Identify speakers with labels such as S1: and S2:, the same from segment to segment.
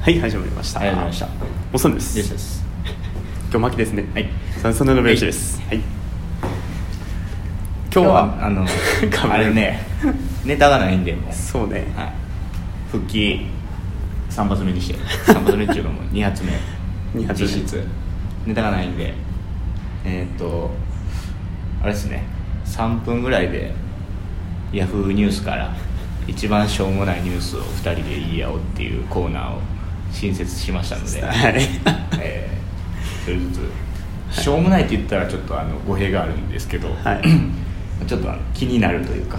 S1: はい始まりました
S2: ありがとうございました
S1: おさんです
S2: よしです
S1: 今日マキですね
S2: はい
S1: 三三の弁士ですはい今日は
S2: あの
S1: かぶれる
S2: あれねネタがないんでもう
S1: そうね
S2: はい復帰3発目にして3発目ってい うかもう2発目
S1: 二発目
S2: 実質ネタがないんでえーっとあれですね3分ぐらいでヤフーニュースから一番しょうもないニュースを2人で言い合おうっていうコーナーを新設しましたの で
S1: はい
S2: えー、それずつしょうもないって言ったらちょっとあの語弊があるんですけど、
S1: はい
S2: ちょっとあの気になるというか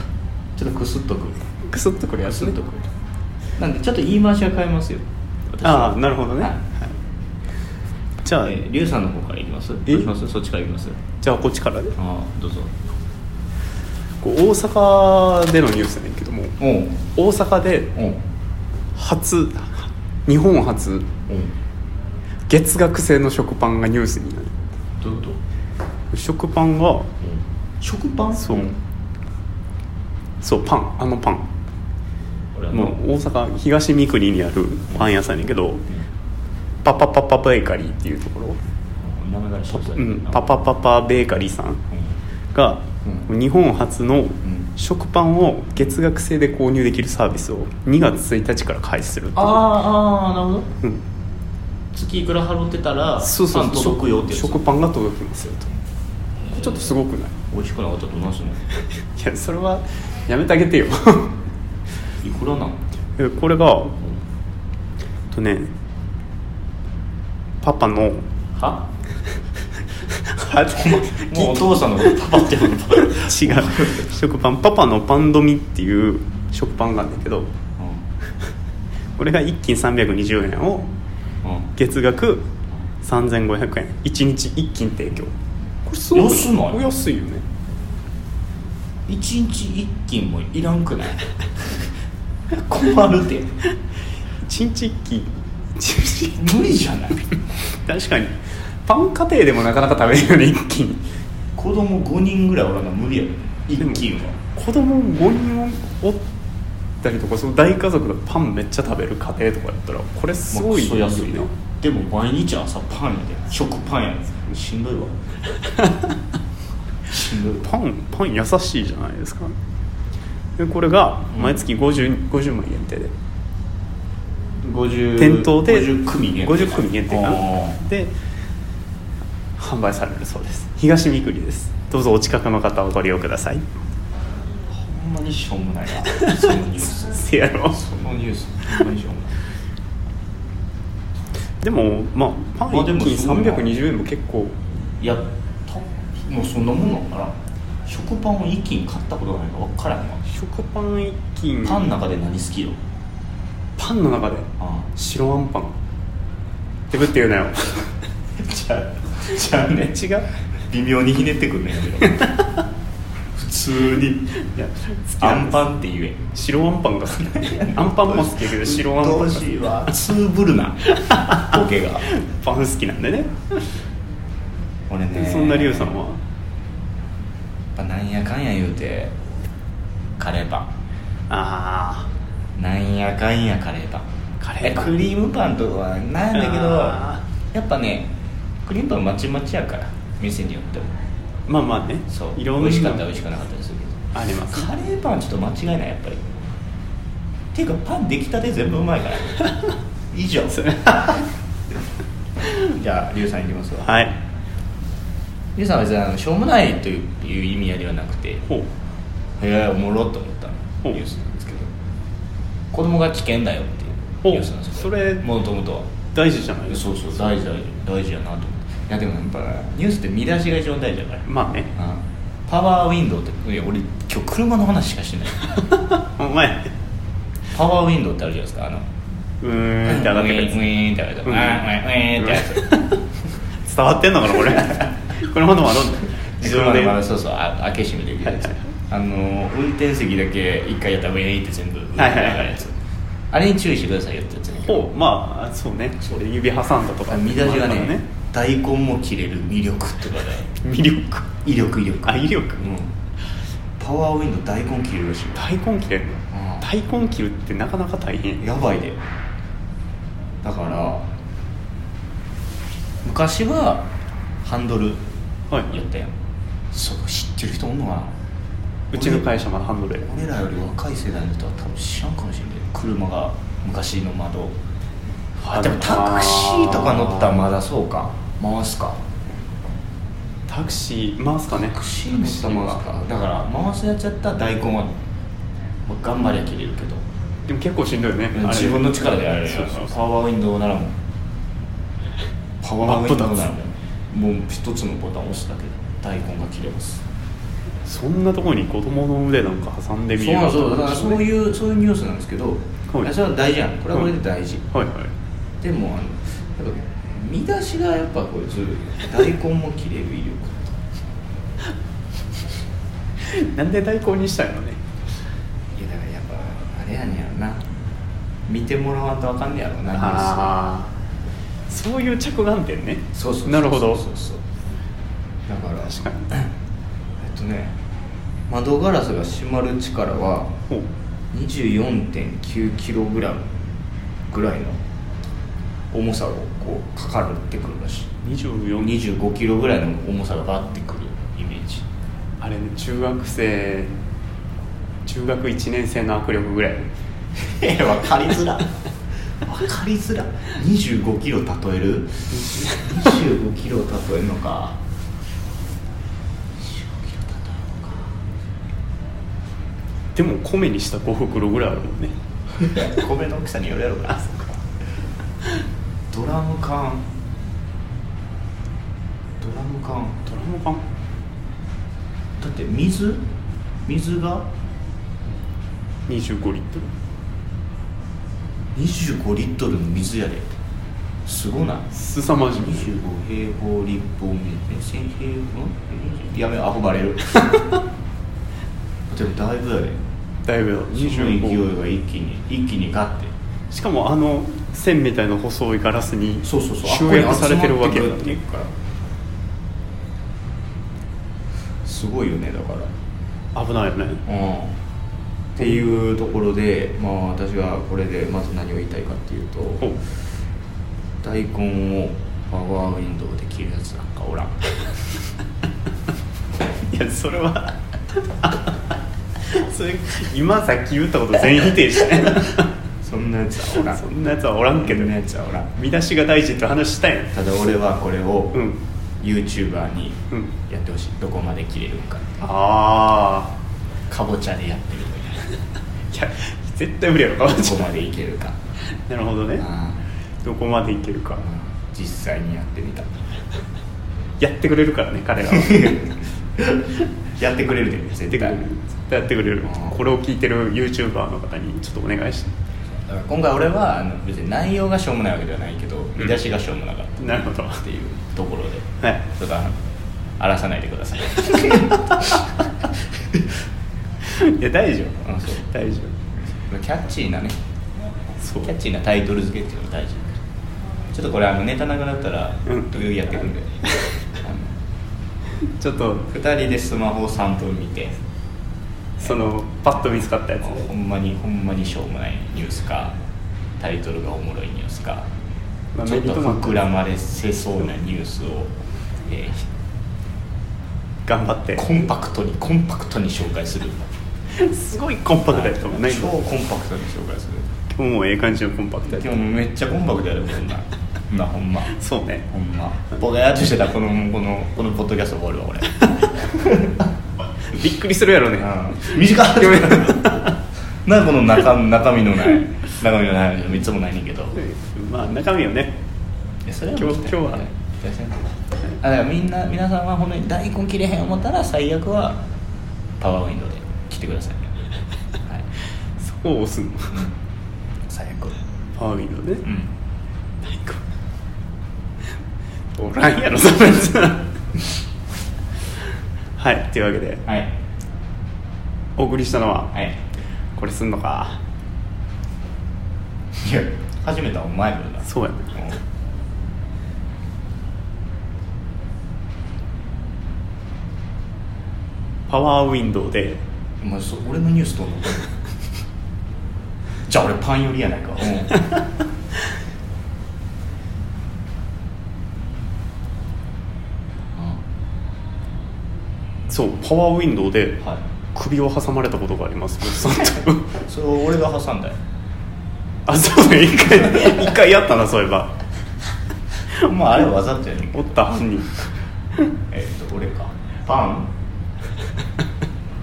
S2: ちょっとクスッとくる
S1: クソっとこれ
S2: クス
S1: 休
S2: ッ
S1: め
S2: とくるなんでちょっと言い回しは変えますよ私は
S1: ああなるほどね
S2: はい
S1: はいじゃあ
S2: えー、リュウさんの方からいきますどう
S1: え
S2: しますそっちからいきます
S1: じゃあこっちからね
S2: ああどうぞ
S1: こう大阪でのニュースやねんけども
S2: お
S1: 大
S2: う
S1: 阪で
S2: おう
S1: 初日本初
S2: おう
S1: 月額制の食パンがニュースになる
S2: どういうこと
S1: 食パンが
S2: 食パン
S1: そうんそうパンあのパン
S2: 俺は
S1: もう大阪東三国にあるパン屋さんやねんけどパパパパベーカリーっていうところ、
S2: うん名前からしました
S1: うん、パパパパベーカリーさんが
S2: う
S1: 日本初の
S2: ん
S1: 食パンを月額制で購入できるサービスを2月1日から開始するっていう
S2: あーあーなるほど
S1: うん
S2: 月いくら払ってたら
S1: そうそう
S2: パン届くよってやつ
S1: 食パンが届きますよとちょっとすごくない
S2: 美味しくなかったと思います ね
S1: いやそれはやめてあげてよ
S2: いくらなん
S1: えこれがえっとねパパ の
S2: は
S1: あ
S2: も うお父さんのことパパって呼んだ
S1: 違う食パンパパのパンドミっていう食パンがあるんだけどこれが1斤320円を月額3500円1日1斤提供これすご
S2: 安ない
S1: お安いよね
S2: 一日一斤もいらんく ない困るって
S1: 1日1斤1日
S2: 無理じゃない
S1: 確かにパン家庭でもなかなか食べれるよね1斤
S2: 子供5人ぐらいおらな無理やろ一斤は
S1: 子供5人おったりとかその大家族でパンめっちゃ食べる家庭とかやったらこれすごい
S2: まあクソ安いな
S1: よ
S2: でも毎日朝パンやで食パンやでしんど いわしんどいわ
S1: パンパン優しいじゃないですかでこれが
S2: うん
S1: 毎月 50, 50枚限定で
S2: 50
S1: 店頭で
S2: 50組限定
S1: 50組限定か
S2: あ
S1: なで販売されるそうです東三国ですどうぞお近くの方おご利用ください
S2: ーほんまにしょうもないなそのニュース
S1: せやろ
S2: そのニュースほんまにしょうもない
S1: でもまあパン
S2: まあで
S1: 1
S2: も
S1: 斤
S2: すごいな
S1: 320円も結構
S2: いやたもうそんなもんなんかな食パンを一気に買ったことがないから分からんわ
S1: 食パン1斤
S2: パンの中で何好きよ
S1: パンの中で
S2: あ
S1: 白あんパンってぶって言うなよ
S2: あじゃあじゃあ ね
S1: 違ういや
S2: 微妙にひねってくんねんけど普通に
S1: 好き
S2: あ
S1: なん
S2: ん
S1: です
S2: パンって言え
S1: 白あんパンが好きあんパンも好きやけど白あんパン
S2: ど
S1: が
S2: う
S1: 好
S2: し
S1: き
S2: いわツーブルなボケが
S1: パン好きなんでね
S2: 俺ね
S1: そんなリュウさんは
S2: やっぱなんやかんや言うてカレーパ
S1: あ
S2: ンなんやかんやカレーパン
S1: カレーパン
S2: えクリームパンとかはなんだけど
S1: あ
S2: やっぱねクリームパンまちまちやから店によっても
S1: ーまあまあね
S2: そう
S1: いろんな
S2: 美味しかったら美味しくなかったりするけど
S1: あります
S2: カレーパンちょっと間違いないやっぱりっていうかパン出来たて全部うま いから以上 じゃあリュウさんいきますわ
S1: はい
S2: リュウさんは別にあのしょうもないといういう意味合いではなくて
S1: ほう
S2: へえおもろっと思った
S1: ほう
S2: ニュースなんですけど子供が危険だよって
S1: ほ
S2: いううニュースなんですよ
S1: それ
S2: もともとは
S1: 大事じゃないですか
S2: そうそう大事大事大事やなと思っていやでもやっぱニュースって見出しが一番大事だから
S1: まあね
S2: うんパワーウィンドウっていや俺今日車の話しかしてない
S1: お前
S2: パワーウィンドウってあるじゃないですかあの
S1: うーんって上がってく
S2: ウィーン
S1: る
S2: ウィーンって上がってくる
S1: うん
S2: ウィーンウィーンって上がってくる
S1: 伝わってんのかなこ れこれまだまだ
S2: 自動でまだそうそうあ開け閉めできるやつ
S1: はいはい
S2: あの運転席だけ一回やったらウィーンって全部上に上
S1: はい
S2: が
S1: は
S2: る
S1: いはい
S2: やつあれに注意してくださいよってやつだけど
S1: ほうまあそうね
S2: そう
S1: で指挟んだとか
S2: 見出しが
S1: まあ
S2: ね
S1: ね
S2: 大根も切れる魅力ってことだよ
S1: 魅力
S2: 威力威力
S1: あ威力
S2: うんパワーウィンドウ大根切れるらしいよ
S1: 大根切れるの
S2: うん
S1: 大根切るってなかなか大変
S2: やばいでだから昔はハンドル
S1: はい
S2: やったやんそう知ってる人おんのかな
S1: うちの会社まだハンドルや
S2: 俺らより若い世代の人は多分知らんかもしれない車が昔の窓あでもタクシーとか乗ったらまだそうか回すか
S1: タクシー回すかね
S2: タクシー乗ったら回すかだから回すやっちゃったら大根はもう頑張りゃ切れるけど
S1: でも結構しんどいよねあれ
S2: 自分の力でやれる
S1: そうそう
S2: パワーウィンドウならもうパワーウィンドウな
S1: 真っ
S2: らもうもう一つのボタンを押すだけで大根が切れます
S1: そんなところに子供の腕なんか挟んでみ
S2: そう
S1: る
S2: なんそうだからそう
S1: う
S2: いうそういうニュースなんですけど、
S1: はい
S2: それは大事やんこれはこれで大事、
S1: はいはい
S2: でもあのやっぱ見出しがやっぱこいつ大根も切れる威 力
S1: なんで代行にしたいのね
S2: いやだからやっぱあれやねんやろな見てもらわんとあかんねやろなニュース
S1: ああそういう着眼点ね
S2: そうそうそうそ
S1: な
S2: う
S1: るほど
S2: そうそうだから
S1: 確かに
S2: えっとね窓ガラスが閉まる力は
S1: ほう
S2: 24.9キログラムぐらいの重さをこうかかるってくるらしい
S1: 24
S2: 25キロぐらいの重さがバッてくるイメー ジ
S1: あれね中学生中学1年生の握力ぐらい
S2: え分かりづら分かりづら25キロ例える25キロ例えるのか
S1: でも米にした5袋ぐらいあるもんね
S2: 米の大きさによるやろうなドラム缶ドラム缶
S1: ドラム缶
S2: だって水水が
S1: 25リット
S2: 25リットルの水やですごない
S1: ル凄まじみ
S2: 25平方立方メートル1000平方んやめようアホバレるでもだいぶやで
S1: だいぶだ
S2: その
S1: 25
S2: 勢いが一気に一気にガッて
S1: しかもあの線みたいな細いガラスに
S2: そうそうそう
S1: 集約されてるわけ
S2: あ
S1: だ
S2: っこに集まってくるっていうからすごいよねだから
S1: 危ないよね
S2: うんっていうところでまあ私はこれでまず何を言いたいかっていうと
S1: ほう
S2: 大根をパワーウィンドウで切るやつなんかおらん
S1: いやそれは それ今さっき言ったこと全否定してね
S2: そんなやつはおらん
S1: そんなやつはおらんけど
S2: そんな
S1: ね
S2: やつはおらん
S1: 見出しが大事って話したいん
S2: ただ俺はこれを
S1: うん
S2: YouTuber に
S1: うん
S2: やってほしいどこまで切れるか
S1: ああ
S2: かぼちゃでやってみるみ
S1: いや絶対無理やろかぼち
S2: たい
S1: ゃ
S2: などこまでいけるか
S1: なるほどね
S2: あ
S1: どこまでいけるか
S2: ー実際にやってみた
S1: やってくれるからね 彼らは
S2: やってくれる
S1: や
S2: で
S1: っ
S2: 絶
S1: て
S2: 対
S1: くれる絶対やってくれる
S2: うん
S1: これを聞いてる YouTuber の方にちょっとお願いして
S2: だから今回俺はあの別に内容がしょうもないわけではないけど見出しがしょうもなかった
S1: なるほどは
S2: っていうところで
S1: い
S2: ちょっとあの荒らさないでください
S1: いや大丈
S2: あそう
S1: 夫大丈夫
S2: キャッチーなね
S1: そう
S2: キャッチーなタイトル付けっていうのが大事ちょっとこれあのネタなくなったら
S1: うん
S2: 時々やっていくんで、あ
S1: ちょっと
S2: の2人でスマホを3分見て
S1: そのパッと見つかったやつ
S2: ほんまにほんまにしょうもないニュースかタイトルがおもろいニュースか、
S1: まあ
S2: ちょっと膨ら
S1: メ
S2: まれせそうなニュースを、
S1: リ
S2: え
S1: ットマン頑張って
S2: ーコンパクトにコンパクトに紹介する
S1: すごいコンパクトやったもんね、
S2: はい超コンパクトに紹介する
S1: 今日もええ感じのコンパクトやっ
S2: 今日もめっちゃコンパクトやでこんなんほん なほんま
S1: たそうね
S2: ほんま僕がやっとして たらこのこのこのポッドキャスト終わるわこれ
S1: びっくりするやろね
S2: 短っなんかこの中中身のない中身のない話いつもないねんけど
S1: まあ中身よね
S2: えそれ
S1: 今日今日は
S2: あだからみんな皆さんはほんまに大根切れへん思ったら最悪はパワーウィンドウで切ってくだ さい、はい、
S1: そこを押すの
S2: 最悪
S1: パワーウィンドウ
S2: う
S1: ね
S2: ん
S1: おらんやろそんなやつ はいというわけで
S2: はい
S1: お送りしたのは、
S2: はい
S1: これすんのか
S2: いや始めたらお前からだ
S1: そうやねパワーウィンドウで
S2: お前そ俺のニュースと思ったじゃあ俺パン寄りやないかうん
S1: そうパワーウィンドウで
S2: は
S1: 首を挟まれたことがあり ますおっさんと
S2: いそれを俺が挟んだよ
S1: あそうね一回一回やったなそういえば
S2: まああれはわざとやねんけ
S1: お
S2: ど
S1: った犯人
S2: えっと俺かパン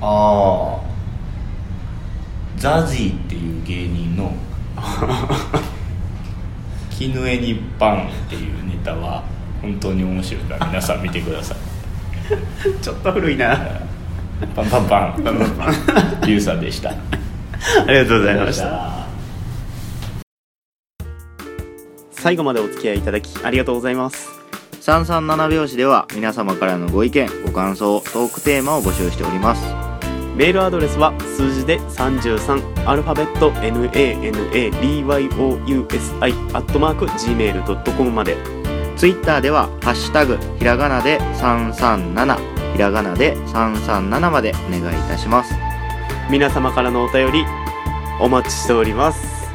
S2: ああザジーっていう芸人 の絹枝にパンっていうネタは本当に面白いから皆さん見てください
S1: ちょっと古いな
S2: パンパンパンパンパ ンリュウさんでした
S1: ありがとうござい
S2: ありがと
S1: ま
S2: うございま
S1: し
S2: したた
S1: 最後までお付き合いいただきありがとうございます
S3: 三三七拍子では皆様からのご意見ご感想トークテーマを募集しております
S1: メールアドレスは数字で33アルファベット nanabyousi アットマーク gmail.com まで
S3: Twitter では「ハッシュタグひらがなで337」ひらがなで337までお願いいたします
S1: 皆様からのお便りお待ちしております